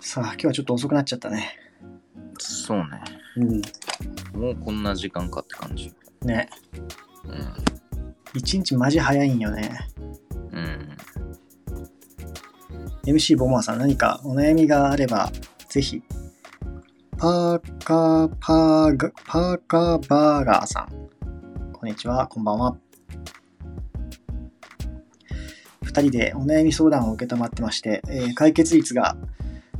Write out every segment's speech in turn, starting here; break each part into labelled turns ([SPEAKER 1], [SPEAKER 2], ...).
[SPEAKER 1] さあ、今日はちょっと遅くなっちゃったね。
[SPEAKER 2] そうね。
[SPEAKER 1] うん。
[SPEAKER 2] もうこんな時間かって感じ。
[SPEAKER 1] ね。
[SPEAKER 2] うん。
[SPEAKER 1] 一日マジ早いんよね。
[SPEAKER 2] うん。
[SPEAKER 1] MC ボモアさん、何かお悩みがあれば、ぜひ。パーカー、パーガ、パーカーバーガーさん。こんにちは、こんばんは。二人でお悩み相談を受けたまってまして、えー解決率が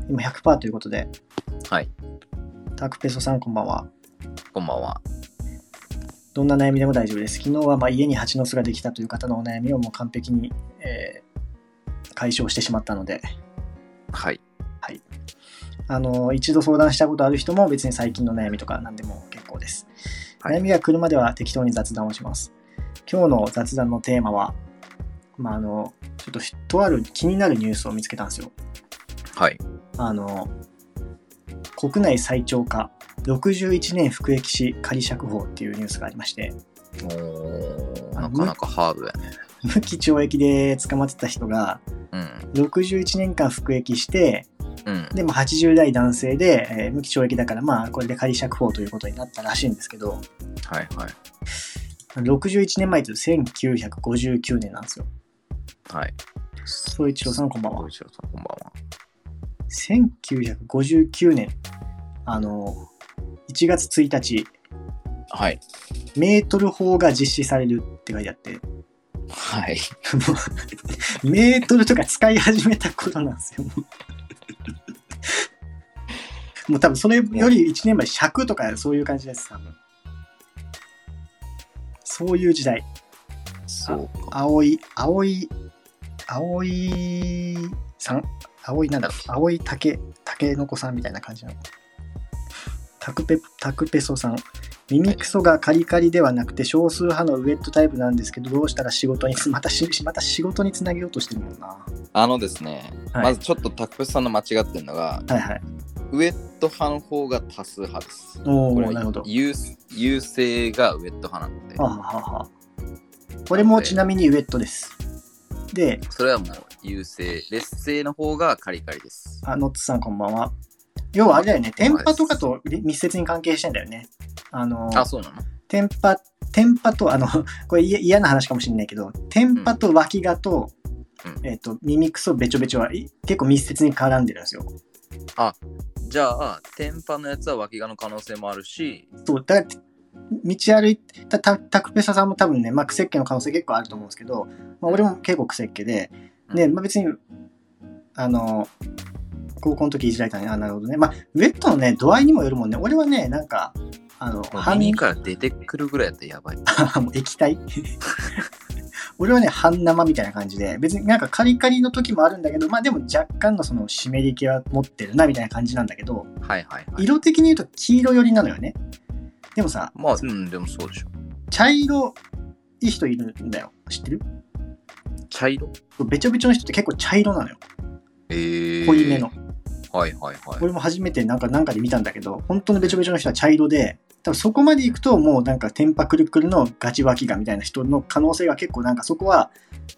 [SPEAKER 1] 今100%ということで、
[SPEAKER 2] はい。
[SPEAKER 1] タクペソさん、こんばんは。
[SPEAKER 2] こんばんは。
[SPEAKER 1] どんな悩みでも大丈夫です。昨日はまあ家に蜂の巣ができたという方のお悩みをもう完璧に、えー解消してしまったので、
[SPEAKER 2] はい。
[SPEAKER 1] あの一度相談したことある人も別に最近の悩みとか何でも結構です。
[SPEAKER 2] はい
[SPEAKER 1] 悩みが来るまでは適当に雑談をします。今日の雑談のテーマは、まあ、あのちょっとひとある気になるニュースを見つけたんですよ。
[SPEAKER 2] はい。
[SPEAKER 1] あの国内最長化61年服役し仮釈放っていうニュースがありまして
[SPEAKER 2] おー、なかなかハードやね。
[SPEAKER 1] 無期懲役で捕まってた人が
[SPEAKER 2] うん。
[SPEAKER 1] 61年間服役して
[SPEAKER 2] うん。
[SPEAKER 1] でも80代男性で、えー無期懲役だからまあこれで仮釈放ということになったらしいんですけど
[SPEAKER 2] はいはい。
[SPEAKER 1] 61年前というと1959年なんですよ。
[SPEAKER 2] はい。
[SPEAKER 1] 総一郎さんこんばんは
[SPEAKER 2] ご。一緒さん、こんばんは。
[SPEAKER 1] 1959年あの1月1日
[SPEAKER 2] はい。
[SPEAKER 1] メートル法が実施されるって書いてあっても
[SPEAKER 2] はい。
[SPEAKER 1] うメートルとか使い始めた頃なんですよ。もうもう多分それより1年前100とかそういう感じです多分。そういう時代。
[SPEAKER 2] そうか。
[SPEAKER 1] 青い、青い、青いさん青いなんだろう、青い竹、竹の子さんみたいな感じなの。タクペ、タクペソさん。耳クソがカリカリではなくて少数派のウエットタイプなんですけど、どうしたら仕事につ、 またし、また仕事につなげようとしてるもんな。は
[SPEAKER 2] あのですね、
[SPEAKER 1] はい
[SPEAKER 2] まずちょっとタクペスさんの間違ってるのが、
[SPEAKER 1] いはい。
[SPEAKER 2] ウエット派の方が多数派です。
[SPEAKER 1] お
[SPEAKER 2] こ
[SPEAKER 1] お
[SPEAKER 2] れは
[SPEAKER 1] なるほど。
[SPEAKER 2] 優優勢がウエット派なので
[SPEAKER 1] はあ、はあはあ、俺もちなみにウエットです。で、
[SPEAKER 2] それはもう優勢、劣勢の方がカリカリです。
[SPEAKER 1] あ、ノッツさんこんばんは。要はあれだよね、天パとかと密接に関係してんだよね。あの
[SPEAKER 2] あ、そうなの
[SPEAKER 1] テンパ、テンパと、あの、 これい嫌な話かもしれないけど、テンパと脇がと、
[SPEAKER 2] う
[SPEAKER 1] えっ、と、耳くそべちょべちょはい結構密接に絡んでるんですよ。
[SPEAKER 2] じゃあ、天パのやつは脇がの可能性もあるし、
[SPEAKER 1] そう、だから、道歩いた、た、たくぺささんも多分ね、まあ、癖っ気の可能性結構あると思うんですけど、まあ、俺も結構癖っ気で、で、まあ、別に、あの、高校の時いじられたね、あ、なるほどね。まあ、ウェットのね、度合いにもよるもんね。俺はね、なんか、あの、
[SPEAKER 2] もう
[SPEAKER 1] 半
[SPEAKER 2] 耳から出てくるぐらいやったらやばい。
[SPEAKER 1] あ もう液体俺はね半生みたいな感じで別になんかカリカリの時もあるんだけどまあでも若干のその湿り気は持ってるなみたいな感じなんだけど
[SPEAKER 2] はいはいはい。
[SPEAKER 1] 色的に言うと黄色寄りなのよねでもさ
[SPEAKER 2] まあ、うん、でもそうでしょ。
[SPEAKER 1] 茶色い人いるんだよ知ってる
[SPEAKER 2] 茶色
[SPEAKER 1] べちょべちょの人って結構茶色なのよ
[SPEAKER 2] えー。
[SPEAKER 1] 濃いめの、。
[SPEAKER 2] はいはいはい。
[SPEAKER 1] 俺も初めてなんかなんかで見たんだけど本当のべちょべちょの人は茶色で多分そこまで行くともうなんかテンパくるくるのガチ脇がみたいな人の可能性が結構なんかそこは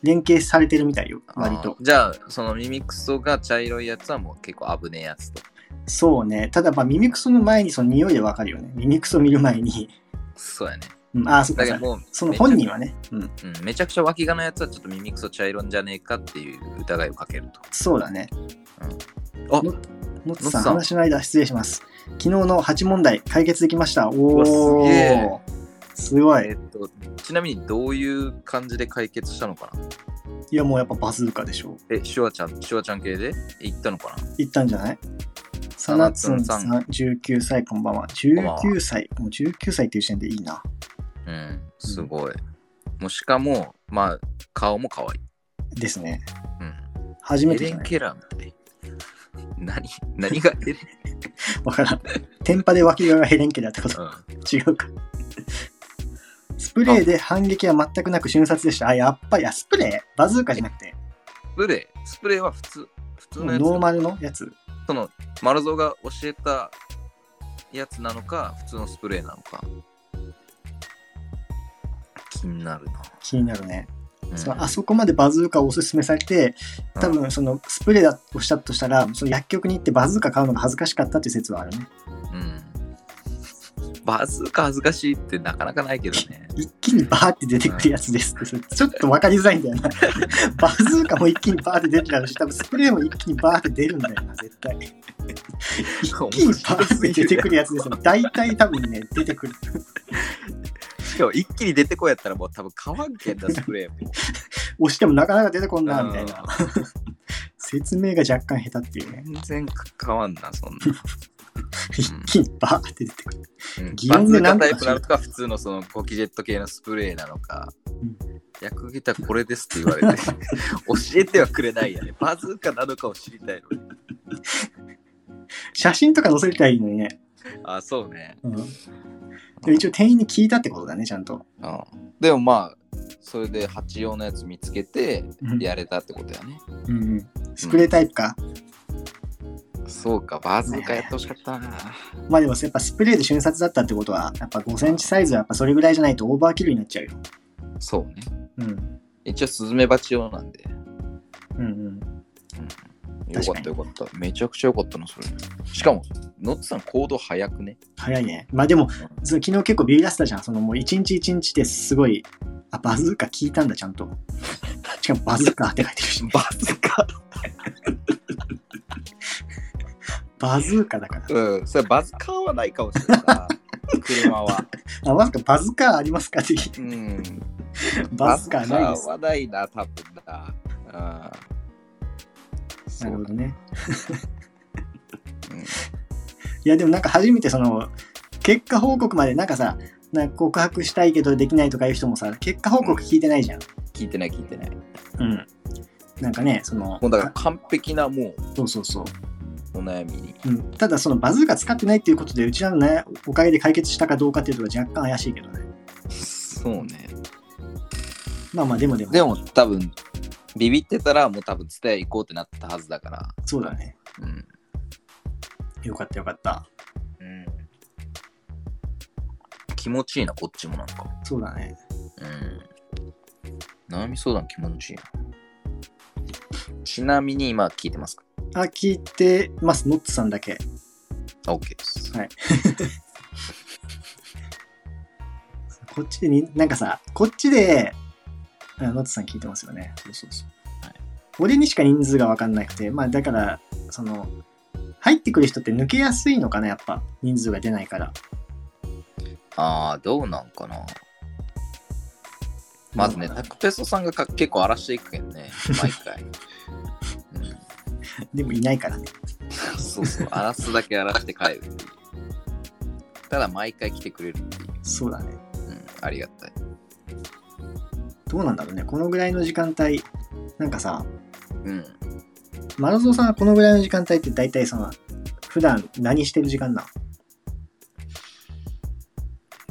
[SPEAKER 1] 連携されてるみたいよ割と
[SPEAKER 2] あーじゃあ、その耳くそが茶色いやつはもう結構危ねえやつと。
[SPEAKER 1] そうね。ただ、まあ、耳くその前にその匂いでわかるよね。耳くそ見る前に。
[SPEAKER 2] そうやね。
[SPEAKER 1] うん、ああ、そっか
[SPEAKER 2] だ
[SPEAKER 1] そ
[SPEAKER 2] け
[SPEAKER 1] っ
[SPEAKER 2] ど
[SPEAKER 1] か。
[SPEAKER 2] もう、
[SPEAKER 1] その本人はね。うん。
[SPEAKER 2] うん、めちゃくちゃ脇がのやつはちょっと耳くそ茶色んじゃねえかっていう疑いをかけると。
[SPEAKER 1] そうだね。
[SPEAKER 2] あ
[SPEAKER 1] ののっつ
[SPEAKER 2] の
[SPEAKER 1] さん、
[SPEAKER 2] っさん
[SPEAKER 1] 話の間、失礼します。昨日の8問題、解決できました。
[SPEAKER 2] う
[SPEAKER 1] お
[SPEAKER 2] わすげえ
[SPEAKER 1] ー。すご
[SPEAKER 2] え
[SPEAKER 1] い。
[SPEAKER 2] っと、ちなみにどういう感じで解決したのかない
[SPEAKER 1] や、もうやっぱバズーカでしょ。
[SPEAKER 2] え、シュワちゃん、シュワちゃん系で行ったのかない
[SPEAKER 1] ったんじゃないさなつんさん、19歳、こんばんは。
[SPEAKER 2] んは
[SPEAKER 1] 19歳。もう19歳っていう時点でいいな。
[SPEAKER 2] うん、すごい。もうしかも、まあ、顔も可愛い。
[SPEAKER 1] ですね。
[SPEAKER 2] うん。
[SPEAKER 1] 初め
[SPEAKER 2] エ
[SPEAKER 1] て
[SPEAKER 2] レ
[SPEAKER 1] じゃ
[SPEAKER 2] ン・
[SPEAKER 1] ない
[SPEAKER 2] ケラーみたい。何何 がエレン、
[SPEAKER 1] わからん。テンパで脇側がヘレンケだってこと
[SPEAKER 2] うん、
[SPEAKER 1] 違うか。スプレーで反撃は全くなく瞬殺でした。あ、やっぱり、あスプレーバズーカじゃなくて、
[SPEAKER 2] スプレー、スプレーは普通、普通の
[SPEAKER 1] ノ
[SPEAKER 2] やつ。
[SPEAKER 1] ーマルのやつ。
[SPEAKER 2] その、マルゾーが教えたやつなのか、普通のスプレーなのか。気になるな。
[SPEAKER 1] 気になるね。
[SPEAKER 2] うん
[SPEAKER 1] そのあそこまでバズーカをおすすめされて多
[SPEAKER 2] うん
[SPEAKER 1] 分そのスプレーだとしたとしたらその薬局に行ってバズーカ買うのが恥ずかしかったっていう説はあるね
[SPEAKER 2] うんバズーカ恥ずかしいってなかなかないけど ね。
[SPEAKER 1] 一気にバーって出てくるやつですってそれちょっと分かりづらいんだ よなバズーカも一気にバーって出てくるし多分スプレーも一気にバーって出るんだよな絶対一気にバーって出てくるやつですよ大体多分ね出てくる
[SPEAKER 2] しかも一気に出てこいやったらもう多分買わんけんだ、スプレーも。
[SPEAKER 1] 押してもなかなか出てこんなみたいな
[SPEAKER 2] うん
[SPEAKER 1] 説明が若干下手っていうね
[SPEAKER 2] 全然買わんな、そんな。
[SPEAKER 1] 一気にバーって出てくる
[SPEAKER 2] うん
[SPEAKER 1] 擬
[SPEAKER 2] バ
[SPEAKER 1] 音
[SPEAKER 2] ズ
[SPEAKER 1] で
[SPEAKER 2] ー
[SPEAKER 1] な
[SPEAKER 2] カ
[SPEAKER 1] んと
[SPEAKER 2] タ
[SPEAKER 1] かしろ
[SPEAKER 2] イプなのか、普通のそのゴキジェット系のスプレーなのか
[SPEAKER 1] うん、
[SPEAKER 2] 薬ギターこれですって言われて、 教えてはくれないやね。バズーカなのかを知りたいのね。
[SPEAKER 1] 写真とか載せれたらいいのにね
[SPEAKER 2] あ、そうね。
[SPEAKER 1] うん、でも一応店員に聞いたってことだね、ちゃんと。
[SPEAKER 2] うんでもまあ、それで八用のやつ見つけて、
[SPEAKER 1] うん
[SPEAKER 2] やれたってことやね。
[SPEAKER 1] うんうん、スプレータイプか。
[SPEAKER 2] そうか、バズーカやってほしかったな。
[SPEAKER 1] まあでもやっぱスプレーで瞬殺だったってことは、やっぱ5センチサイズはやっぱそれぐらいじゃないとオーバーキルになっちゃうよ。
[SPEAKER 2] そうね。
[SPEAKER 1] うん。
[SPEAKER 2] 一応、スズメバチ用なんで。
[SPEAKER 1] うんうん。
[SPEAKER 2] よかったよかった。めちゃくちゃよかったな、それ。しかも、ノッツさん行動早くね。
[SPEAKER 1] 早いね。まあでも、その昨日結構ビビらせたじゃん。そのもう一日一日ですごい、あ、バズーカ聞いたんだ、ちゃんと。しかもバズーカって書いてるし、
[SPEAKER 2] バズーカ
[SPEAKER 1] バズーカだから。
[SPEAKER 2] うん、それバズカーはないかもしれない な。車は。
[SPEAKER 1] あ、まさかバズーカありますかって聞いて
[SPEAKER 2] うん。
[SPEAKER 1] バズーカはないで
[SPEAKER 2] バズ
[SPEAKER 1] す
[SPEAKER 2] カ。はないな、多分な。ああ。そ
[SPEAKER 1] なるほ
[SPEAKER 2] う
[SPEAKER 1] どね。
[SPEAKER 2] だね。
[SPEAKER 1] いやでもなんか初めてその結果報告までなんかさなんか告白したいけどできないとかいう人もさ結果報告聞いてないじゃん。
[SPEAKER 2] 聞いてない聞いてない。
[SPEAKER 1] うん。なんかねその
[SPEAKER 2] もうだから完璧なも
[SPEAKER 1] そうそうそう。
[SPEAKER 2] うお悩みに。
[SPEAKER 1] うん、ただそのバズーカ使ってないっていうことでうちらのねおかげで解決したかどうかっていうのは若干怪しいけどね。
[SPEAKER 2] そうね。
[SPEAKER 1] まあまあでもでも
[SPEAKER 2] でも多分、ビビってたらもう多分伝え行こうってなったはずだから。
[SPEAKER 1] そうだね。
[SPEAKER 2] うん。
[SPEAKER 1] よかったよかった。
[SPEAKER 2] うん、気持ちいいな、こっちもなんか。
[SPEAKER 1] そうだね。
[SPEAKER 2] うん。悩み相談気持ちいいな。ちなみに今聞いてますか
[SPEAKER 1] あ聞いてますノッツさんだけ。
[SPEAKER 2] あ ?OK です。
[SPEAKER 1] こっちでになんかさこっちであノッツさん聞いてますよね。そうそうそう。
[SPEAKER 2] はい
[SPEAKER 1] 俺にしか人数が分かんなくてまあだからその入ってくる人って抜けやすいのかなやっぱ人数が出ないから。
[SPEAKER 2] ああ、どうなんかな。まずね、タクペソさんがか結構荒らしていくけんね、毎 回。う
[SPEAKER 1] でもいないからね。
[SPEAKER 2] ん、そうそう、荒らすだけ荒らして帰るっていう。ただ毎回来てくれるっていう。
[SPEAKER 1] そうだね。
[SPEAKER 2] うん、ありがたい。
[SPEAKER 1] どうなんだろうね。このぐらいの時間帯なんかさ
[SPEAKER 2] うん。
[SPEAKER 1] マラゾウさんはこのぐらいの時間帯って大体その普段何してる時間なの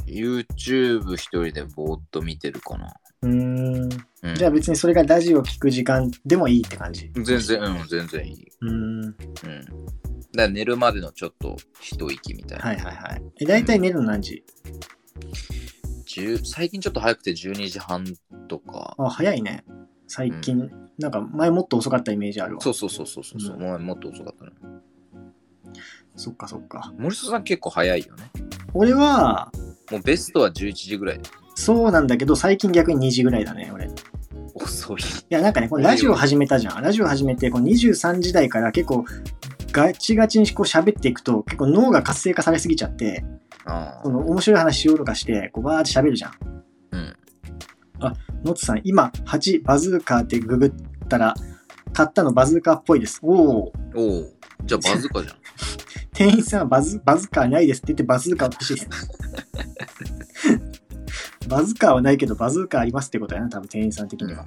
[SPEAKER 2] YouTube 一人でぼーっと見てるかな。
[SPEAKER 1] うーん
[SPEAKER 2] うん、
[SPEAKER 1] じゃあ別にそれがラジオを聞く時間でもいいって感じ
[SPEAKER 2] 全然、うん、全然いい。
[SPEAKER 1] うーん
[SPEAKER 2] うん。だから寝るまでのちょっと一息みたいな。
[SPEAKER 1] はいはいはいえ大体寝るの何時
[SPEAKER 2] 10最近ちょっと早くて12時半とか。
[SPEAKER 1] あ早いね最近、なんか前もっと遅かったイメージあるわ
[SPEAKER 2] そうそうそうそうそうそう、
[SPEAKER 1] うん
[SPEAKER 2] もうもっと遅かったな。
[SPEAKER 1] そっかそっか
[SPEAKER 2] 森下さん結構早いよね。
[SPEAKER 1] 俺は
[SPEAKER 2] もうベストは11時ぐらいだよ。
[SPEAKER 1] そうなんだけど最近逆に2時ぐらいだね俺い
[SPEAKER 2] 遅い。
[SPEAKER 1] やなんかねこれラジオ始めたじゃんラジオ始めてこの23時台から結構ガチガチにこう喋っていくと結構脳が活性化されすぎちゃって
[SPEAKER 2] ああ
[SPEAKER 1] その面白い話しようとかして、こうバーって喋るじゃん。
[SPEAKER 2] うん。
[SPEAKER 1] ノッツさん、今、8バズーカーってググったら、買ったのバズーカーっぽいです。おお。
[SPEAKER 2] おお。じゃあバズかじゃん。
[SPEAKER 1] 店員さんはバズバズカーないですって言って バズーカー欲しいです。バズカーはないけどバズーカーありますってことやな、多分店員さん的には。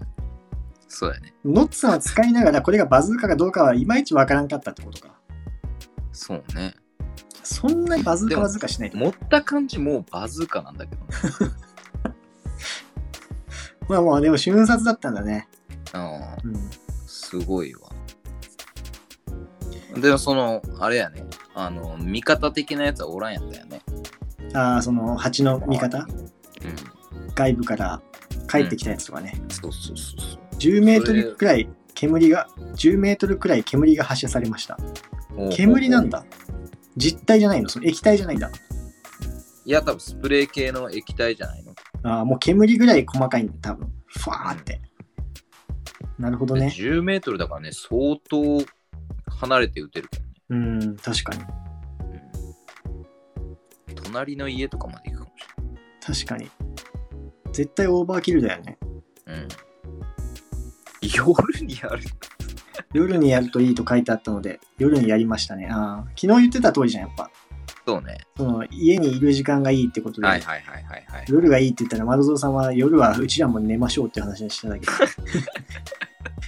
[SPEAKER 2] そうだよね。
[SPEAKER 1] ノッツさんは使いながら、これがバズーカーかどうかはいまいちわからんかったってことか。
[SPEAKER 2] そうね。
[SPEAKER 1] そんなにバズー
[SPEAKER 2] で
[SPEAKER 1] カー
[SPEAKER 2] も
[SPEAKER 1] バズーカーしないと。
[SPEAKER 2] 持った感じもうバズーカなん だけどね。
[SPEAKER 1] まあまあ、でも瞬殺だったんだね。
[SPEAKER 2] ああ、
[SPEAKER 1] うん。
[SPEAKER 2] すごいわ。でもその、あれやね。あの、味方的なやつはおらんやったよね。
[SPEAKER 1] ああ、その、蜂の見方
[SPEAKER 2] うん。
[SPEAKER 1] 外部から帰帰ってきたやつとかね、
[SPEAKER 2] そうそうそうそう。
[SPEAKER 1] 10メートルくらい煙が、10メートルくらい煙が発射されました。
[SPEAKER 2] おう
[SPEAKER 1] 煙なんだ。実体じゃないのその液体じゃないんだ。
[SPEAKER 2] いや、多分スプレー系の液体じゃないの。
[SPEAKER 1] ああ、もう煙ぐらい細かいんだ、多分。ふわーって。なるほどね。
[SPEAKER 2] 10メートルだからね、相当離れて撃てるけどね。
[SPEAKER 1] うん、確かに。
[SPEAKER 2] 隣の家とかまで行くかもし
[SPEAKER 1] 確かに。絶対オーバーキルだよね。
[SPEAKER 2] れない。うん。夜にやる。
[SPEAKER 1] 夜にやるといいと書いてあったので、夜にやりましたね。ああ、昨日言ってた通りじゃん、やっぱ。
[SPEAKER 2] そうね。
[SPEAKER 1] その家にいる時間がいいってことで、
[SPEAKER 2] はいはいはいはいはい。
[SPEAKER 1] 夜がいいって言ったら、丸蔵さんは夜はうちらも寝ましょうって話にしてた けど、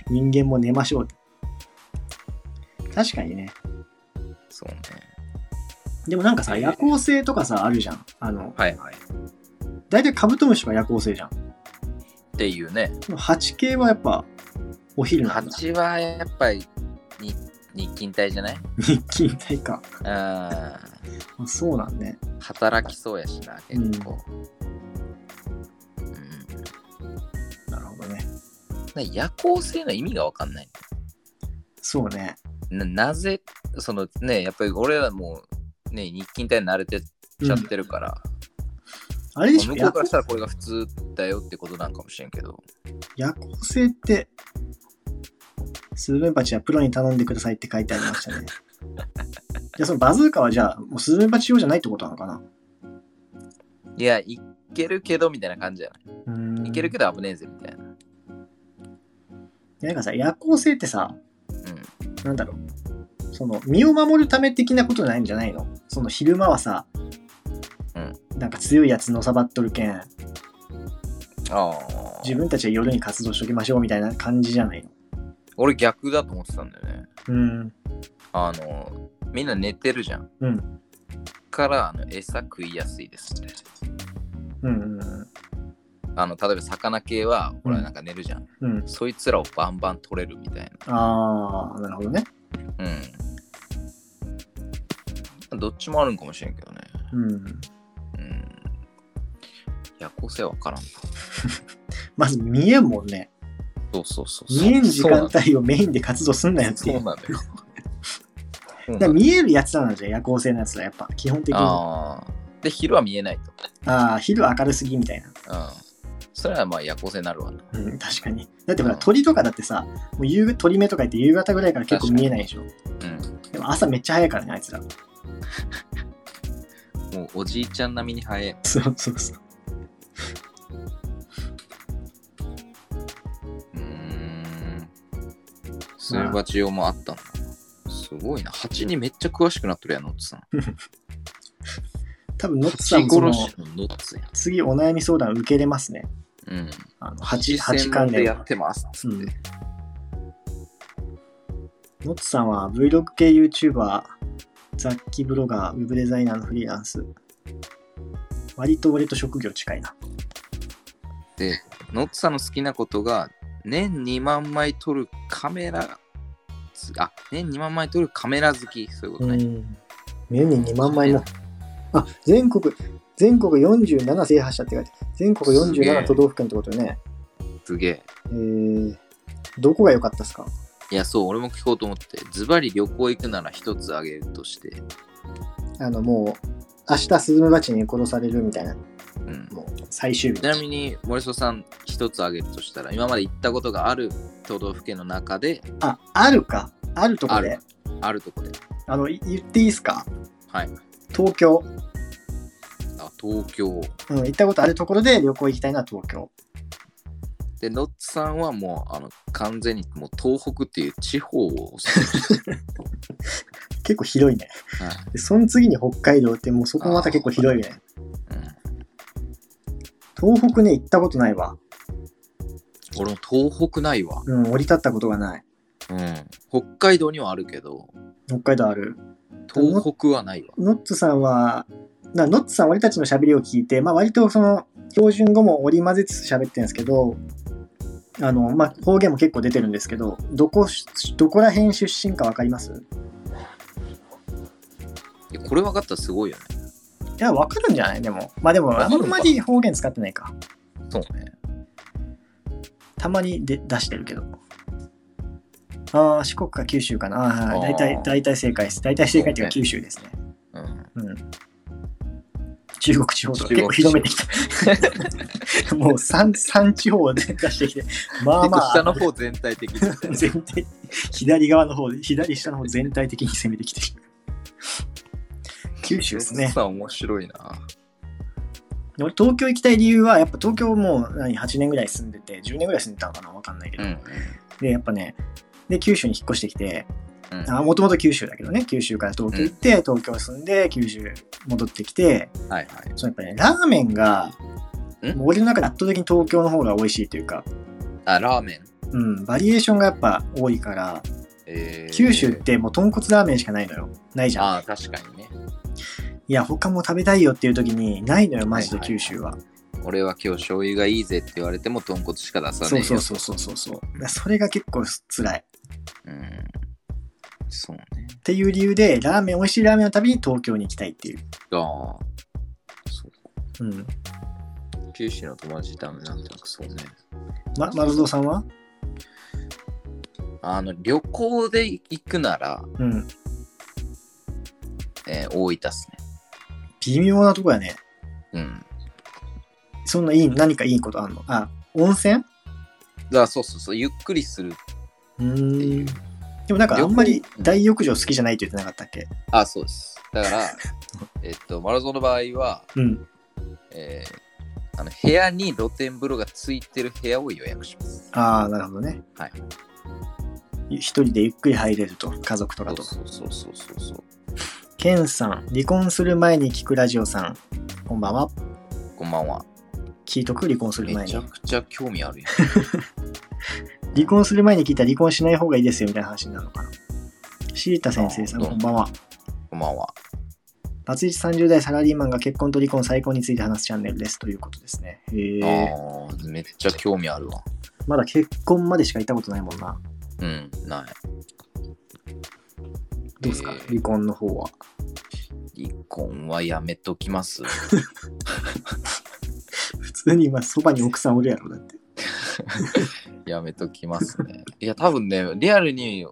[SPEAKER 1] 人間も寝ましょうって。確かにね。
[SPEAKER 2] そうね。
[SPEAKER 1] でもなんかさ、夜行性とかさ、あるじゃん。あの、
[SPEAKER 2] はいはい。っ
[SPEAKER 1] 大体カブトムシは夜行性じゃん。
[SPEAKER 2] ていうね。
[SPEAKER 1] でも蜂系はやっぱ、お昼なんだ。
[SPEAKER 2] 蜂はやっぱりに日勤帯じゃない
[SPEAKER 1] 日勤帯か。
[SPEAKER 2] あ
[SPEAKER 1] あそうなんね。
[SPEAKER 2] ー働きそうやしな、結構。うん。
[SPEAKER 1] なるほどね。
[SPEAKER 2] な夜行性の意味がわかんない。
[SPEAKER 1] そうね。
[SPEAKER 2] ななぜ、そのね、やっぱり俺らもうね、日勤帯に慣れてっちゃってるから、
[SPEAKER 1] あれで
[SPEAKER 2] まあ
[SPEAKER 1] しょ
[SPEAKER 2] 向こうからしたらこれが普通だよってことなんかもしれんけど。
[SPEAKER 1] 夜行性って、スズメバチはプロに頼んでくださいって書いてありましたね。 じゃあそのバズーカはじゃあ、もうスズメバチ用じゃないってことなのかない
[SPEAKER 2] や、いけるけどみたいな感じじゃな
[SPEAKER 1] うーん
[SPEAKER 2] い。いけるけど危ねえぜみたいな。
[SPEAKER 1] なんかさ、夜行性ってさ、
[SPEAKER 2] うん。
[SPEAKER 1] なんだろう。その、身を守るため的なことないんじゃないのその昼間はさ、
[SPEAKER 2] う
[SPEAKER 1] なんか強いやつのさばっとるけん、
[SPEAKER 2] ああ。
[SPEAKER 1] 自分たちは夜に活動しときましょうみたいな感じじゃないの
[SPEAKER 2] 俺逆だと思ってたんだよね。
[SPEAKER 1] うん。
[SPEAKER 2] あの、みんな寝てるじゃん。
[SPEAKER 1] うん。
[SPEAKER 2] から、あの、餌食いやすいですって。
[SPEAKER 1] うんうんうん。
[SPEAKER 2] あの、例えば魚系は、
[SPEAKER 1] う
[SPEAKER 2] ほら、
[SPEAKER 1] ん
[SPEAKER 2] なんか寝るじゃん。
[SPEAKER 1] うん。
[SPEAKER 2] そいつらをバンバン取れるみたい
[SPEAKER 1] あー、なるほどね。
[SPEAKER 2] な。うん。どっちもあるんかもしれんけどね。
[SPEAKER 1] うん。
[SPEAKER 2] うん。夜行性は分からんな。
[SPEAKER 1] まず見えんもんね。
[SPEAKER 2] そうそうそうそう。
[SPEAKER 1] 見えん時
[SPEAKER 2] そうな
[SPEAKER 1] 間
[SPEAKER 2] んだ
[SPEAKER 1] 帯をメインで活動すんなよって
[SPEAKER 2] そ
[SPEAKER 1] いうう。
[SPEAKER 2] なんだ よ。そうなん
[SPEAKER 1] だ
[SPEAKER 2] だ
[SPEAKER 1] から
[SPEAKER 2] よ
[SPEAKER 1] 見えるやつらなんじゃん、夜行性のやつら、やっぱ、基本的に。あ
[SPEAKER 2] ああ。で、昼は見えないと。
[SPEAKER 1] あー、昼明るすぎみたいな。
[SPEAKER 2] うん。それはまあ夜行性になるわな。
[SPEAKER 1] うん、確かに。だってほら、
[SPEAKER 2] うん
[SPEAKER 1] 鳥とかだってさ、もう夕鳥目とか言って夕方ぐらいから結構見えないでしょ。
[SPEAKER 2] うん。
[SPEAKER 1] でも朝めっちゃ早いからね、あいつら。
[SPEAKER 2] もうおじいちゃん並みに早い。
[SPEAKER 1] そうそうそう。
[SPEAKER 2] うーん。スズメバチ用もあったんだ。すごいな。蜂にめっちゃ詳しくなっとるやん、ノッツさん。
[SPEAKER 1] 多分、ノッツさん
[SPEAKER 2] 蜂殺
[SPEAKER 1] もその
[SPEAKER 2] しのノッツやん。
[SPEAKER 1] 次お悩み相談受けれますね。
[SPEAKER 2] うん。
[SPEAKER 1] あの8、
[SPEAKER 2] 専
[SPEAKER 1] 8
[SPEAKER 2] 門
[SPEAKER 1] 関
[SPEAKER 2] で
[SPEAKER 1] 連
[SPEAKER 2] や。ってますっつって。
[SPEAKER 1] うんノッツさんは Vlog 系 YouTuber、雑記ブロガー、ウェブデザイナーのフリーランス。割と俺と職業近いな。
[SPEAKER 2] で、ノッツさんの好きなことが、年2万枚撮るカメラ、あ、年2万枚撮るカメラ好き、そういうことね。
[SPEAKER 1] ん。年に2万枚の。あ、全国、全国47制覇者って書いてある全国
[SPEAKER 2] すげえ
[SPEAKER 1] 47都道府県ってことね。
[SPEAKER 2] すげえ。
[SPEAKER 1] えー、どこが良かったですか
[SPEAKER 2] いや、そう、俺も聞こうと思って、ズバリ旅行行くなら一つあげるとして、
[SPEAKER 1] あの、もう、明日スズメバチに殺されるみたいな、
[SPEAKER 2] うん。
[SPEAKER 1] もう、最終日
[SPEAKER 2] ち。なみに、森曽さん、一つあげるとしたら、今まで行ったことがある都道府県の中で、
[SPEAKER 1] あ、あるか。あるとこ
[SPEAKER 2] あ
[SPEAKER 1] で
[SPEAKER 2] る。、あるとこで。
[SPEAKER 1] あの、い言っていいですか
[SPEAKER 2] はい。
[SPEAKER 1] 東京。
[SPEAKER 2] あ、東京。
[SPEAKER 1] うん、行ったことあるところで旅行行きたいのは東京。
[SPEAKER 2] で、ノッツさんはもう、あの、完全に、もう、東北っていう地方を おすす
[SPEAKER 1] 結構広いね。
[SPEAKER 2] め、はい
[SPEAKER 1] で、その次に北海道って、もうそこもまた結構広いね。
[SPEAKER 2] うん。
[SPEAKER 1] 東北ね、行ったことないわ。
[SPEAKER 2] 俺も東北ないわ。
[SPEAKER 1] うん、降り立ったことがない。
[SPEAKER 2] うん。北海道にはあるけど、
[SPEAKER 1] 北海道ある。
[SPEAKER 2] 東北はないわ。
[SPEAKER 1] ノッツさんは、なノッツさん、俺たちの喋りを聞いて、まあ、割とその標準語も織り交ぜつつ喋ってるんですけど、あのまあ、方言も結構出てるんですけど、どこどこら辺出身か分かります
[SPEAKER 2] いやこれ分かったらすごいよね。
[SPEAKER 1] いや、分かるんじゃないでも、まあでも、
[SPEAKER 2] か
[SPEAKER 1] あ
[SPEAKER 2] るの
[SPEAKER 1] ん
[SPEAKER 2] か
[SPEAKER 1] まり方言使ってないか。
[SPEAKER 2] そうね。
[SPEAKER 1] たまにで出してるけど。ああ、四国か九州かな。ああ、
[SPEAKER 2] あー
[SPEAKER 1] 大体、大体正解です。大体正解っていうか
[SPEAKER 2] そう
[SPEAKER 1] 九州ですね。
[SPEAKER 2] うん。
[SPEAKER 1] うん。中国地方とか
[SPEAKER 2] 中
[SPEAKER 1] 結構
[SPEAKER 2] 国地
[SPEAKER 1] 広
[SPEAKER 2] 方
[SPEAKER 1] めてきた。もう三三地方で 出してきて、まあ
[SPEAKER 2] 結
[SPEAKER 1] ま
[SPEAKER 2] 構下
[SPEAKER 1] あ、
[SPEAKER 2] の方全体的に。
[SPEAKER 1] 全体、左側の方で、左下の方全体的に攻めてきてる。九州ですね。
[SPEAKER 2] さん面白いな。
[SPEAKER 1] 俺東京行きたい理由はやっぱ東京もう何8年ぐらい住んでて10年ぐらい住んでたのかなわかんないけど、
[SPEAKER 2] うん。
[SPEAKER 1] でやっぱねで九州に引っ越してきて
[SPEAKER 2] うん
[SPEAKER 1] もともと九州だけどね九州から東京行って、東京住んで九州戻ってきて
[SPEAKER 2] はいはい。
[SPEAKER 1] そのやっぱねラーメンが
[SPEAKER 2] ん
[SPEAKER 1] もう俺の中で圧倒的に東京の方が美味しいというか、
[SPEAKER 2] あ、ラーメン。
[SPEAKER 1] うん、バリエーションがやっぱ多いから
[SPEAKER 2] えー
[SPEAKER 1] 九州ってもう豚骨ラーメンしかないのよないじゃん
[SPEAKER 2] ああ、確かにね。
[SPEAKER 1] いや他も食べたいよっていう時にないのよマジで
[SPEAKER 2] はいはいは
[SPEAKER 1] 九
[SPEAKER 2] い
[SPEAKER 1] 州は
[SPEAKER 2] 俺は今日醤油がいいぜって言われても豚骨しか出さない
[SPEAKER 1] そう
[SPEAKER 2] よ。
[SPEAKER 1] そうそうそうそうそうだからそれが結構辛い
[SPEAKER 2] うん。そうね。
[SPEAKER 1] っていう理由でラーメン美味しいラーメンのために東京に行きたいっていう、
[SPEAKER 2] ああ。そう
[SPEAKER 1] うん、
[SPEAKER 2] 九州の友達ダメなんだそうね。
[SPEAKER 1] ま丸蔵さんは
[SPEAKER 2] あの、旅行で行くなら、
[SPEAKER 1] うん
[SPEAKER 2] えー大分っすね。
[SPEAKER 1] 微妙なとこやね
[SPEAKER 2] うん。
[SPEAKER 1] そんないい何かいいことあんのあ温泉
[SPEAKER 2] だからそうそうそう、ゆっくりする。
[SPEAKER 1] うーんでもなんかあんまり大浴場好きじゃないって言ってなかったっけ
[SPEAKER 2] あ、そうです。だから、えっと、マラソンの場合は、
[SPEAKER 1] うん
[SPEAKER 2] えーあの部屋に露天風呂がついてる部屋を予約します。
[SPEAKER 1] ああなるほどね
[SPEAKER 2] はい。
[SPEAKER 1] 一人でゆっくり入れると家族とかと
[SPEAKER 2] そうそうそうそうそう。
[SPEAKER 1] ケンさん離婚する前に聞くラジオさんこんばんは
[SPEAKER 2] こんばんは。
[SPEAKER 1] 聞いとく離婚する
[SPEAKER 2] め
[SPEAKER 1] 前に
[SPEAKER 2] ちゃくちゃ興味あ るやん。
[SPEAKER 1] 離婚する前に聞いたら離婚しない方がいいですよみたいな話になるのかなシータ先生さん
[SPEAKER 2] あー
[SPEAKER 1] こんばんは
[SPEAKER 2] こんばんは。
[SPEAKER 1] バツイチ30代サラリーマンが結婚と離婚再婚について話すチャンネルですということですね。へえ。
[SPEAKER 2] ああ、めっちゃ興味あるわ。
[SPEAKER 1] まだ結婚までしか行ったことないもんな。
[SPEAKER 2] うん、ない。
[SPEAKER 1] どうですか、
[SPEAKER 2] えー
[SPEAKER 1] 離婚の方は。
[SPEAKER 2] 離婚はやめと きます。
[SPEAKER 1] 普通に今そばに奥さんおるやろだって。
[SPEAKER 2] やめときますね。いや、多分ね、リアルに、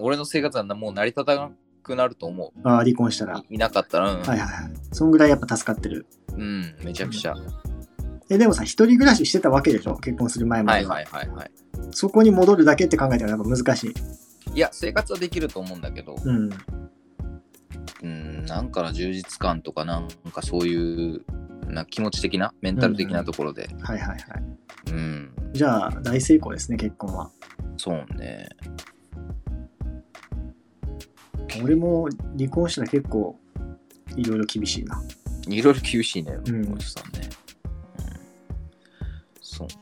[SPEAKER 2] 俺の生活はもう成り立たなくなると思
[SPEAKER 1] ああ、離婚したら。は
[SPEAKER 2] う。いいなかったら、うん、
[SPEAKER 1] いはいはい。そんぐらいやっぱ助かってる。
[SPEAKER 2] うん、めちゃくちゃ。
[SPEAKER 1] え、でもさ、一人暮らししてたわけでしょ結婚する前ま
[SPEAKER 2] は
[SPEAKER 1] で
[SPEAKER 2] い
[SPEAKER 1] は。
[SPEAKER 2] はいはいはい。
[SPEAKER 1] そこに戻るだけって考えたらやっぱ難しい。
[SPEAKER 2] いや、生活はできると思うんだけど、
[SPEAKER 1] うん。
[SPEAKER 2] うん、なんかな充実感とか、なんかそういう、な気持ち的な、メンタル的なところで、
[SPEAKER 1] はいはいはい。
[SPEAKER 2] うん、
[SPEAKER 1] じゃあ、大成功ですね、結婚は。
[SPEAKER 2] そうね。
[SPEAKER 1] 俺も離婚したら結構、いろいろ厳しいな。
[SPEAKER 2] いろいろ厳しいね、
[SPEAKER 1] うん
[SPEAKER 2] 森さんね、うん。そうね。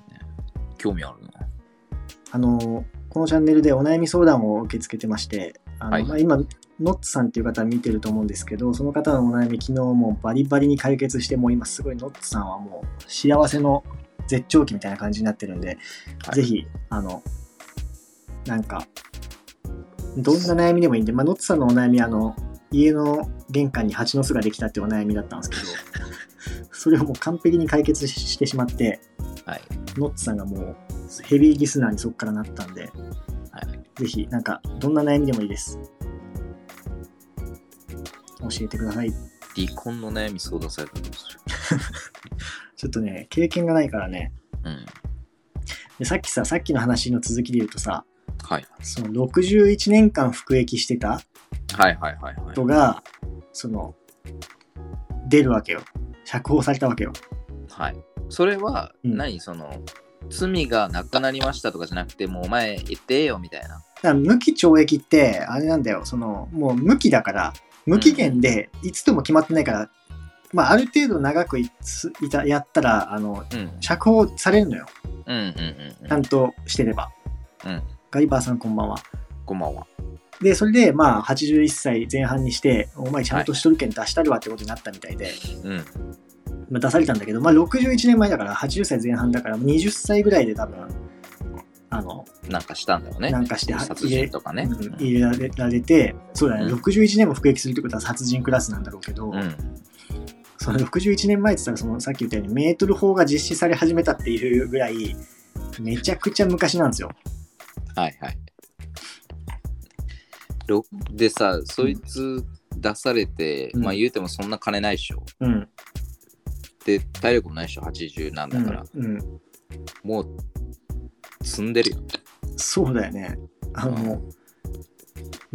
[SPEAKER 2] 興味あるな。
[SPEAKER 1] あのこのチャンネルでお悩み相談を受け付けてましてあの、
[SPEAKER 2] はい
[SPEAKER 1] まあ、今ノッツさんっていう方見てると思うんですけどその方のお悩み昨日もうバリバリに解決してもう今すごいノッツさんはもう幸せの絶頂期みたいな感じになってるんで、
[SPEAKER 2] はい
[SPEAKER 1] ぜひあのなんかどんな悩みでもいいんで、まあ、ノッツさんのお悩みあの家の玄関に蜂の巣ができたってお悩みだったんですけ どそれをもう完璧に解決ししてしまって
[SPEAKER 2] はい。
[SPEAKER 1] ノッツさんがもうヘビーリスナーにそこからなったんで、
[SPEAKER 2] はい
[SPEAKER 1] ぜひなんかどんな悩みでもいいです。教えてください。
[SPEAKER 2] 離婚の悩み相談されたらどうする
[SPEAKER 1] ちょっとね、経験がないからね。
[SPEAKER 2] うん。
[SPEAKER 1] でさっきさ、さっきの話の続きで言うとさ、
[SPEAKER 2] はい。
[SPEAKER 1] その61年間服役してた
[SPEAKER 2] はいはいはいはい。
[SPEAKER 1] 人が、その、出るわけよ。釈放されたわけよ。
[SPEAKER 2] はい。それは、
[SPEAKER 1] うん
[SPEAKER 2] 何その、罪がなくなりましたとかじゃなくて、もうお前言ってよみたいな。
[SPEAKER 1] だから無期懲役って、あれなんだよ。その、もう無期だから、無期限で、いつとも決まってないから、まあ、ある程度長くいついたやったら、あの、
[SPEAKER 2] うん。
[SPEAKER 1] 釈放されるのよ。
[SPEAKER 2] うんうんうん
[SPEAKER 1] ちゃんとしてれば。
[SPEAKER 2] うん。うん。
[SPEAKER 1] ガリバーさんこんばんは。
[SPEAKER 2] こんばんは。
[SPEAKER 1] で、それで、まあ、81歳前半にして、お前ちゃんとしとるけん出したるわってことになったみたいで、
[SPEAKER 2] うん。
[SPEAKER 1] まあ、出されたんだけど、まあ、61年前だから、80歳前半だから、20歳ぐらいで多分、あの、
[SPEAKER 2] なんかしたんだろうね。
[SPEAKER 1] なんかして
[SPEAKER 2] 殺人とかね。
[SPEAKER 1] うん入れられられて、そうだね、
[SPEAKER 2] うん
[SPEAKER 1] 61年も服役するってことは殺人クラスなんだろうけど、
[SPEAKER 2] うん。
[SPEAKER 1] その61年前って言ったら、そのさっき言ったように、メートル法が実施され始めたっていうぐらい、めちゃくちゃ昔なんですよ。
[SPEAKER 2] はいはい。ろでさ、そいつ出されて、
[SPEAKER 1] うん
[SPEAKER 2] まあ言うてもそんな金ないっしょ。
[SPEAKER 1] うん。
[SPEAKER 2] で、体力もないっしょ、80なんだから。
[SPEAKER 1] うん。うん、
[SPEAKER 2] もう、積んでるよ。
[SPEAKER 1] そうだよね。あの、
[SPEAKER 2] も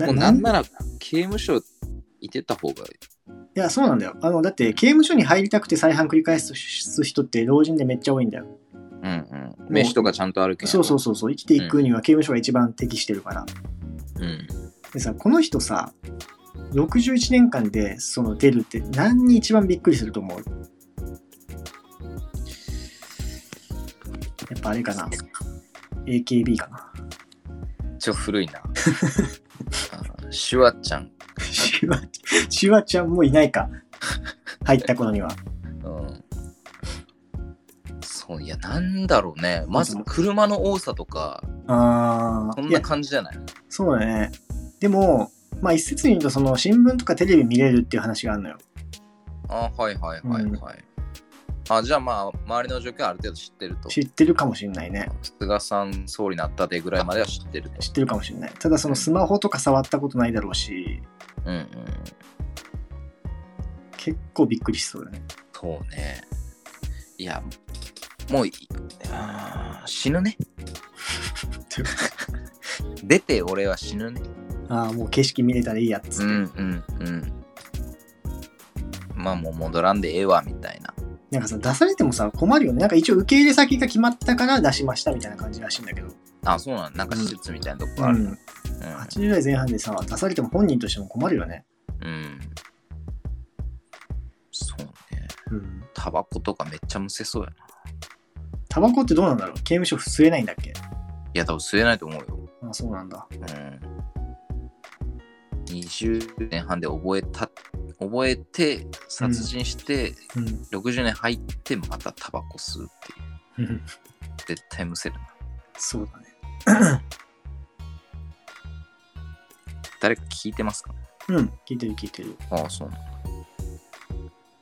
[SPEAKER 2] うなんな
[SPEAKER 1] ら。
[SPEAKER 2] ら刑務所いてた方が
[SPEAKER 1] いや、そうなんだよ。あの、だって刑務所に入りたくて再犯繰り返す人って老人でめっちゃ多いんだよ。
[SPEAKER 2] うんうん。飯とかちゃんとあるけど。
[SPEAKER 1] そうそうそうそう。生きていくには刑務所が一番適してるから。
[SPEAKER 2] うん。
[SPEAKER 1] でさ、この人さ、61年間でその出るって何に一番びっくりすると思うやっぱあれかな ?AKB かな
[SPEAKER 2] ちょっと古いな。あシュワちゃん。
[SPEAKER 1] シュワシュワちゃんもいないか。入った頃には。
[SPEAKER 2] うん。そういや、なんだろうね。まず車の多さとか、
[SPEAKER 1] あ
[SPEAKER 2] そ
[SPEAKER 1] あ、
[SPEAKER 2] ん
[SPEAKER 1] い
[SPEAKER 2] な
[SPEAKER 1] や、
[SPEAKER 2] 感じじゃない
[SPEAKER 1] そうだね。でも、まあ一説に言うと、その新聞とかテレビ見れるっていう話があるのよ。
[SPEAKER 2] あはいはいはいはい。
[SPEAKER 1] うん
[SPEAKER 2] あじゃあまあ、周りの状況はある程度知ってると。
[SPEAKER 1] 知ってるかもしんないね。
[SPEAKER 2] 菅さん総理になったでぐらいまでは知ってると。
[SPEAKER 1] 知ってるかもしんない。ただそのスマホとか触ったことないだろうし、
[SPEAKER 2] うんうん。
[SPEAKER 1] 結構びっくりしそうだね。
[SPEAKER 2] そうね。いや、もういあー死ぬ ね。出て俺は死ぬね。
[SPEAKER 1] ああ、もう景色見れたらいいやっつ
[SPEAKER 2] う
[SPEAKER 1] って。
[SPEAKER 2] んうんうん。まあもう戻らんでええわみたいな。
[SPEAKER 1] なんかさ、出されてもさ、困るよね。なんか一応受け入れ先が決まったから出しましたみたいな感じらしいんだけど。
[SPEAKER 2] あ、そうなんなんか施設みたいなと
[SPEAKER 1] う
[SPEAKER 2] こある。
[SPEAKER 1] ん。80代前半でさ、出されても本人としても困るよね。
[SPEAKER 2] うん。うん、そうね。
[SPEAKER 1] うん。
[SPEAKER 2] タバコとかめっちゃむせそうやな。
[SPEAKER 1] タバコってどうなんだろう刑務所吸えないんだっけ
[SPEAKER 2] いや、多分吸えないと思うよ。
[SPEAKER 1] ああ、そうなんだ。
[SPEAKER 2] うん。20年半で覚えた、覚えて、殺人して、
[SPEAKER 1] うん。
[SPEAKER 2] 60年入って、またタバコ吸うっていう。
[SPEAKER 1] うん
[SPEAKER 2] 絶対むせるな。
[SPEAKER 1] そうだね。
[SPEAKER 2] 誰か聞いてますか
[SPEAKER 1] うん。聞いてる聞いてる。
[SPEAKER 2] ああ、そうな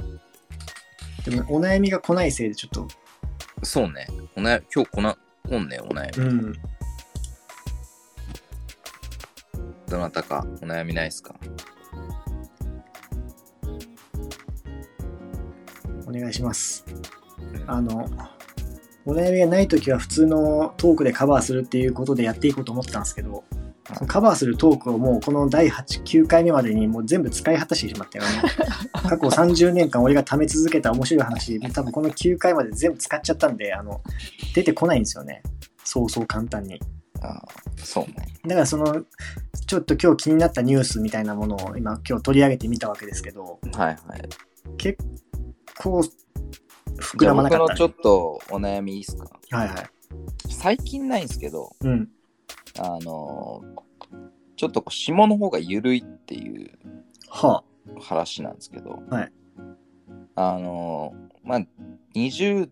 [SPEAKER 2] の
[SPEAKER 1] でも、お悩みが来ないせいでちょっと、
[SPEAKER 2] そうね。おな今日こな、こんね、お悩み。
[SPEAKER 1] うん。
[SPEAKER 2] どなたかお悩みないですか
[SPEAKER 1] お願いします。あの、お悩みがないときは普通のトークでカバーするっていうことでやっていこうと思ってたんですけど、そのカバーするトークをもうこの第8、9回目までにもう全部使い果たしてしま ったよね。過去30年間俺が貯め続けた面白い話、多分この9回まで全部使っちゃったんで、あの、出てこないんですよね。そうそう簡単に。
[SPEAKER 2] ああ、そうね。
[SPEAKER 1] だからその、ちょっと今日気になったニュースみたいなものを今今日取り上げてみたわけですけど、
[SPEAKER 2] はいはい。
[SPEAKER 1] 結構膨
[SPEAKER 2] じゃ
[SPEAKER 1] ら
[SPEAKER 2] あ
[SPEAKER 1] まな
[SPEAKER 2] 僕
[SPEAKER 1] かっ
[SPEAKER 2] の
[SPEAKER 1] た、
[SPEAKER 2] ちょっ
[SPEAKER 1] ね。
[SPEAKER 2] とお悩みいいですか
[SPEAKER 1] はいはい。
[SPEAKER 2] 最近ないんですけど、
[SPEAKER 1] うん。
[SPEAKER 2] あのーちょっとこう下の方が緩いっていう
[SPEAKER 1] はあ。
[SPEAKER 2] 話なんですけど、
[SPEAKER 1] はい
[SPEAKER 2] あのーまあ、20、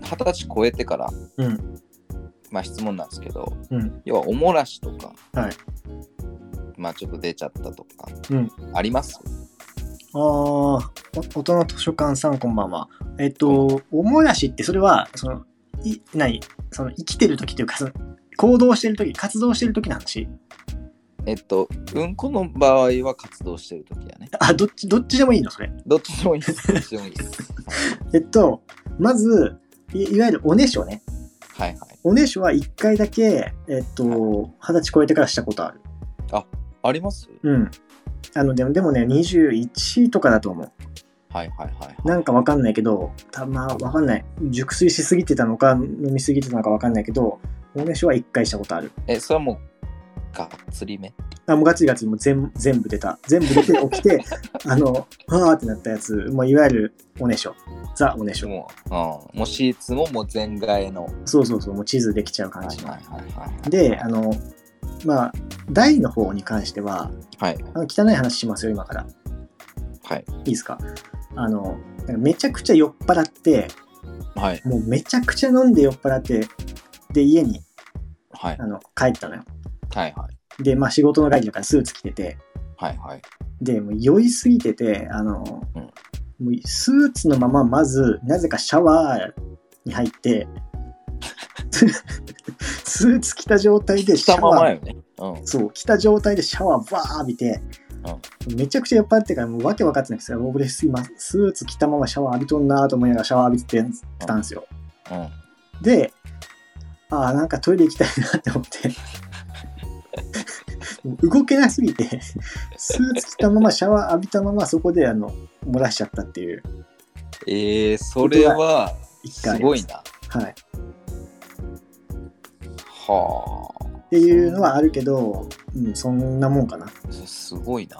[SPEAKER 2] 20歳超えてから、
[SPEAKER 1] うん。
[SPEAKER 2] まあ、質問なんですけど、
[SPEAKER 1] うん。
[SPEAKER 2] 要はおもらしとか、
[SPEAKER 1] はい
[SPEAKER 2] まあちょっと出ちゃったとか、
[SPEAKER 1] うん
[SPEAKER 2] あります
[SPEAKER 1] ああ、お大人図書館さんこんばんは。えっと、おもらしってそれは、その、い、何その生きてる時というか、その行動してる時、活動してる時の話
[SPEAKER 2] えっと、うんこの場合は活動してるときやね。
[SPEAKER 1] あ、どっち、どっちでもいいのそれ。
[SPEAKER 2] どっちでもいいです。どっちでもいいです。
[SPEAKER 1] えっと、まず、いいわゆるおねしょね。
[SPEAKER 2] はいはい。
[SPEAKER 1] おねしょは一回だけ、えっと、二十歳超えてからしたことある。
[SPEAKER 2] あります
[SPEAKER 1] うん。あの、でも、でもね、21とかだと思う。
[SPEAKER 2] はいはいはいは。
[SPEAKER 1] ないんかわかんないけど、たまあわかんない。熟睡しすぎてたのか、飲みすぎてたのかわかんないけど、おねしょは一回したことある。
[SPEAKER 2] え、それはもう、がっつりめ。
[SPEAKER 1] あ、もうガチガチもう全全部出た。全部出て起きて、 あの、あーってなったやつ、もういわゆるおねしょ。ザおねしょ。
[SPEAKER 2] もう、うん、もうシーツももう全外の。
[SPEAKER 1] そうそうそう、もう地図できちゃう感
[SPEAKER 2] はい
[SPEAKER 1] じの。
[SPEAKER 2] はいはいはい。
[SPEAKER 1] で、あの、まあ、台の方に関しては、
[SPEAKER 2] はい
[SPEAKER 1] あの汚い話しますよ、今から。
[SPEAKER 2] はい
[SPEAKER 1] いいですかあの、なんかめちゃくちゃ酔っ払って、
[SPEAKER 2] はい
[SPEAKER 1] もうめちゃくちゃ飲んで酔っ払って、で、家に
[SPEAKER 2] はい
[SPEAKER 1] あの帰ったのよ。
[SPEAKER 2] はいはい
[SPEAKER 1] で、まあ、仕事の帰りだからスーツ着てて、
[SPEAKER 2] はいはい。
[SPEAKER 1] で、もう酔いすぎてて、あの、
[SPEAKER 2] うん
[SPEAKER 1] もうスーツのまままず、なぜかシャワーに入って、スーツ着た状態で
[SPEAKER 2] し
[SPEAKER 1] シ
[SPEAKER 2] た
[SPEAKER 1] ャ
[SPEAKER 2] まま
[SPEAKER 1] ワー、
[SPEAKER 2] よね。うん。
[SPEAKER 1] そう、着た状態でシャワーバー浴びて、めちゃくちゃ酔っ払ってから、もうわけ分かってないんですよ。俺すいません、スーツ着たままシャワー浴びとんなーと思いながらシャワー浴びてたんですよ。
[SPEAKER 2] うん。
[SPEAKER 1] で、ああ、なんかトイレ行きたいなって思って。 もう動けなすぎて、スーツ着たままシャワー浴びたままそこであの漏らしちゃったっていう、
[SPEAKER 2] えー、それは、
[SPEAKER 1] 一
[SPEAKER 2] す
[SPEAKER 1] 回。
[SPEAKER 2] ごい。な。
[SPEAKER 1] はい。っ
[SPEAKER 2] はあ。
[SPEAKER 1] ていうのはあるけど、うん、そんなもんかな。
[SPEAKER 2] そすご いな。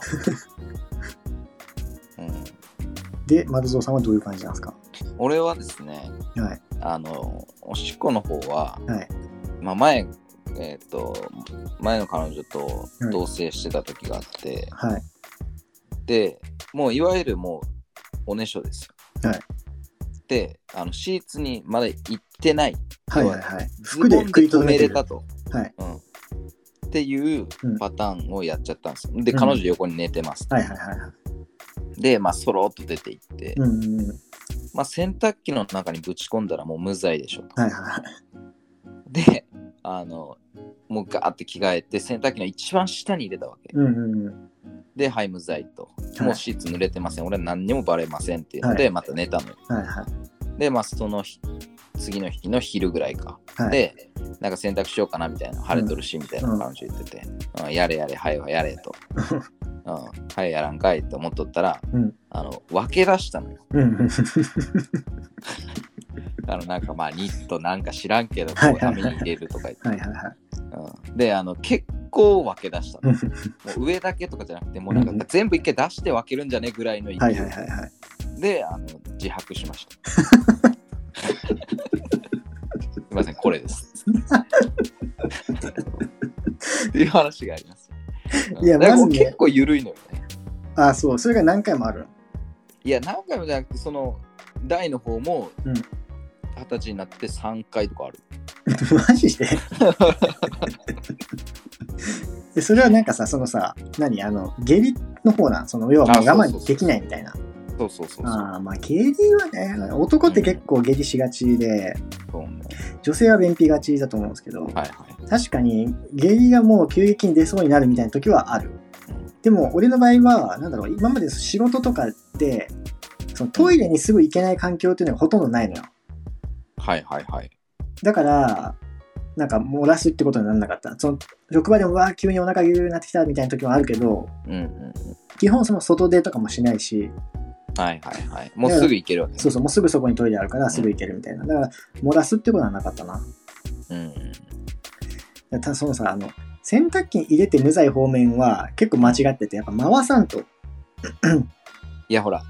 [SPEAKER 2] うん、
[SPEAKER 1] で、丸蔵さんはどういう感じなんですか
[SPEAKER 2] 俺はですね、
[SPEAKER 1] はい。
[SPEAKER 2] あの、おしっこの方は、
[SPEAKER 1] はい。
[SPEAKER 2] まあ、前、えっ、と、前の彼女と同棲してた時があって、
[SPEAKER 1] はい。
[SPEAKER 2] で、もういわゆるもう、おねしょですよ。
[SPEAKER 1] はい
[SPEAKER 2] で、あのシーツにまだ行ってない。
[SPEAKER 1] はいはいはい。
[SPEAKER 2] ズ
[SPEAKER 1] 服で
[SPEAKER 2] ボン
[SPEAKER 1] 食い止めて
[SPEAKER 2] れ
[SPEAKER 1] る
[SPEAKER 2] たと。
[SPEAKER 1] はい。
[SPEAKER 2] うんっていうパターンをやっちゃったんですよ。で、
[SPEAKER 1] うん
[SPEAKER 2] 彼女横に寝てます。
[SPEAKER 1] はいはいはいはい。
[SPEAKER 2] で、まあ、そろっと出て行って、
[SPEAKER 1] うんうんうん。
[SPEAKER 2] まあ、洗濯機の中にぶち込んだらもう無罪でしょと。
[SPEAKER 1] はいはいはい。
[SPEAKER 2] で、あの、もうガーって着替えて、洗濯機の一番下に入れたわけ。
[SPEAKER 1] うんうんうん。
[SPEAKER 2] で、はい、無罪と。
[SPEAKER 1] い
[SPEAKER 2] もうシーツ濡れてません。俺は何にもバレませんっていうの
[SPEAKER 1] は
[SPEAKER 2] で、また寝たのよ。
[SPEAKER 1] はいはい。
[SPEAKER 2] で、まあ、その日、次の日の昼ぐらいか。
[SPEAKER 1] はい
[SPEAKER 2] で、なんか洗濯しようかなみたいな、晴れとるしみたいな
[SPEAKER 1] うん
[SPEAKER 2] 感じで言ってて、うんやれやれ、はいはやれと。うん、はいやらんかいって思っとったら、
[SPEAKER 1] うん
[SPEAKER 2] あの分け出したのよ。
[SPEAKER 1] うんうんうん。
[SPEAKER 2] あのなんかまあニットなんか知らんけど、こ
[SPEAKER 1] はいは
[SPEAKER 2] う
[SPEAKER 1] いはい
[SPEAKER 2] 紙に入れるとか言って。
[SPEAKER 1] はいはいはい。
[SPEAKER 2] うんであの結構分け出した
[SPEAKER 1] う
[SPEAKER 2] の
[SPEAKER 1] ん
[SPEAKER 2] もう上だけとかじゃなくてもうなんか
[SPEAKER 1] うんうん
[SPEAKER 2] 全部一回出して分けるんじゃねぐらいの勢い、
[SPEAKER 1] はいはいはいはい。
[SPEAKER 2] であの自白しまし たすいませんこれですっていう話がありますうん
[SPEAKER 1] いや
[SPEAKER 2] だからもう
[SPEAKER 1] まずね
[SPEAKER 2] 結構緩いのよね
[SPEAKER 1] ああ、そう。それが何回もある。
[SPEAKER 2] いや何回もじゃなくてその台の方も
[SPEAKER 1] うん
[SPEAKER 2] 二十歳になって3回とかある
[SPEAKER 1] マジ ででそれはなんかさそのさ何あの下痢の方なんその要はもう
[SPEAKER 2] あ
[SPEAKER 1] 我
[SPEAKER 2] そ
[SPEAKER 1] 慢
[SPEAKER 2] うそうそう
[SPEAKER 1] できないみたいな
[SPEAKER 2] そうそうそうそう
[SPEAKER 1] あーまあ下痢はね男って結構下痢しがちで、
[SPEAKER 2] そうね
[SPEAKER 1] 女性は便秘がちだと思うんですけど、
[SPEAKER 2] はいはい
[SPEAKER 1] 確かに下痢がもう急激に出そうになるみたいな時はあるでも俺の場合はなんだろう今まで仕事とかでそのトイレにすぐ行けない環境っていうのがほとんどないのよ
[SPEAKER 2] はいはいはい
[SPEAKER 1] だから、なんか漏らすってことにならなかった。その職場でも、わあ、急にお腹がゆうなってきたみたいな時もあるけど、
[SPEAKER 2] うんうん
[SPEAKER 1] 基本その外出とかもしないし、
[SPEAKER 2] はいはいはい。もうすぐ行けるわけ、ね。
[SPEAKER 1] そうそう、もうすぐそこにトイレあるからすぐ行けるみたいな。だから、漏らすってことはなかったな。だか
[SPEAKER 2] うん。
[SPEAKER 1] らただそのさ、あの、洗濯機に入れて無罪方面は結構間違ってて、やっぱ回さんと、
[SPEAKER 2] いやほら、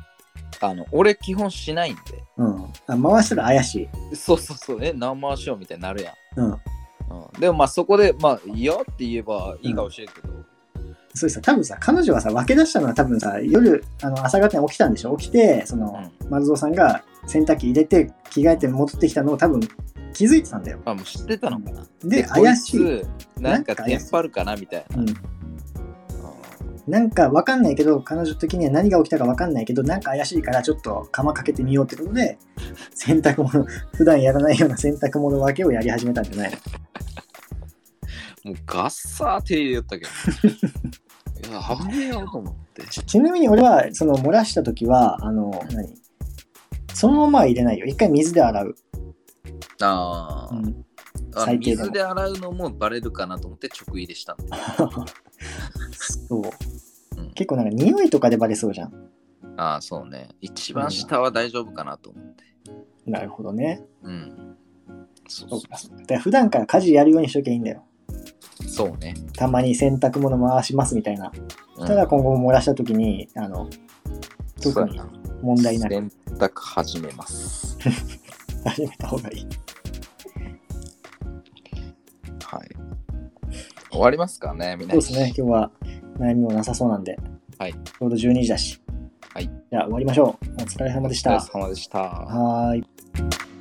[SPEAKER 2] あの、俺基本しないん
[SPEAKER 1] うん、あ回したら怪しい。
[SPEAKER 2] で。そうそうそう。え、何回しようみたいになるやん。
[SPEAKER 1] うん。
[SPEAKER 2] うん、でもまあそこで、まあ、いやって言えばいいかもしれんけど。
[SPEAKER 1] そうさ、多分さ、彼女はさ、分け出したのは多分さ、夜、あの朝方に起きたんでしょ起きて、その、
[SPEAKER 2] う
[SPEAKER 1] 丸蔵さんが洗濯機入れて、着替えて戻ってきたのを多分気づいてたんだよ。
[SPEAKER 2] まあもう知ってたのかな。
[SPEAKER 1] で、
[SPEAKER 2] こい
[SPEAKER 1] 怪しい。
[SPEAKER 2] つなん
[SPEAKER 1] なんか
[SPEAKER 2] か
[SPEAKER 1] 怪し
[SPEAKER 2] テ
[SPEAKER 1] い
[SPEAKER 2] ンパるかなみたいな。
[SPEAKER 1] う
[SPEAKER 2] うん
[SPEAKER 1] ん、なんかわかんないけど、彼女的には何が起きたかわかんないけど、なんか怪しいからちょっと釜かけてみようってことで、 洗濯物、普段やらないような洗濯物分けをやり始めたんじゃない
[SPEAKER 2] もうガッサー手入れよっ たけど。いや、危ねえよと思って。
[SPEAKER 1] ちちなみに俺は、その漏らした時は、あの、何そのままは入れないよ。一回水で洗う。
[SPEAKER 2] あ
[SPEAKER 1] う
[SPEAKER 2] ー、
[SPEAKER 1] ん、
[SPEAKER 2] あの
[SPEAKER 1] 最低でも
[SPEAKER 2] 水で洗うのもバレるかなと思って直入れしたんだ。
[SPEAKER 1] そう
[SPEAKER 2] うん。
[SPEAKER 1] 結構なんか匂いとかでバレそうじゃん。
[SPEAKER 2] ああ、そうね。一番下は大丈夫かなと思って。
[SPEAKER 1] なるほどね。
[SPEAKER 2] うん。そう
[SPEAKER 1] そ
[SPEAKER 2] そう
[SPEAKER 1] か。だから普段から家事やるようにしときゃいいんだよ。
[SPEAKER 2] うそうね。
[SPEAKER 1] たまに洗濯物回しますみたいな。
[SPEAKER 2] うん
[SPEAKER 1] ただ今後も漏らした時に、あの、特に問題なく
[SPEAKER 2] 洗濯始めます。
[SPEAKER 1] 始めた方がいい。
[SPEAKER 2] はい。終わりますかね、みんな。
[SPEAKER 1] そうですね、今日は悩みもなさそうなんで、
[SPEAKER 2] はい
[SPEAKER 1] ちょうど12時だし。
[SPEAKER 2] はい
[SPEAKER 1] じゃあ終わりましょう。お疲れ様でし
[SPEAKER 2] お疲れ
[SPEAKER 1] た。
[SPEAKER 2] 様でした。
[SPEAKER 1] はーい。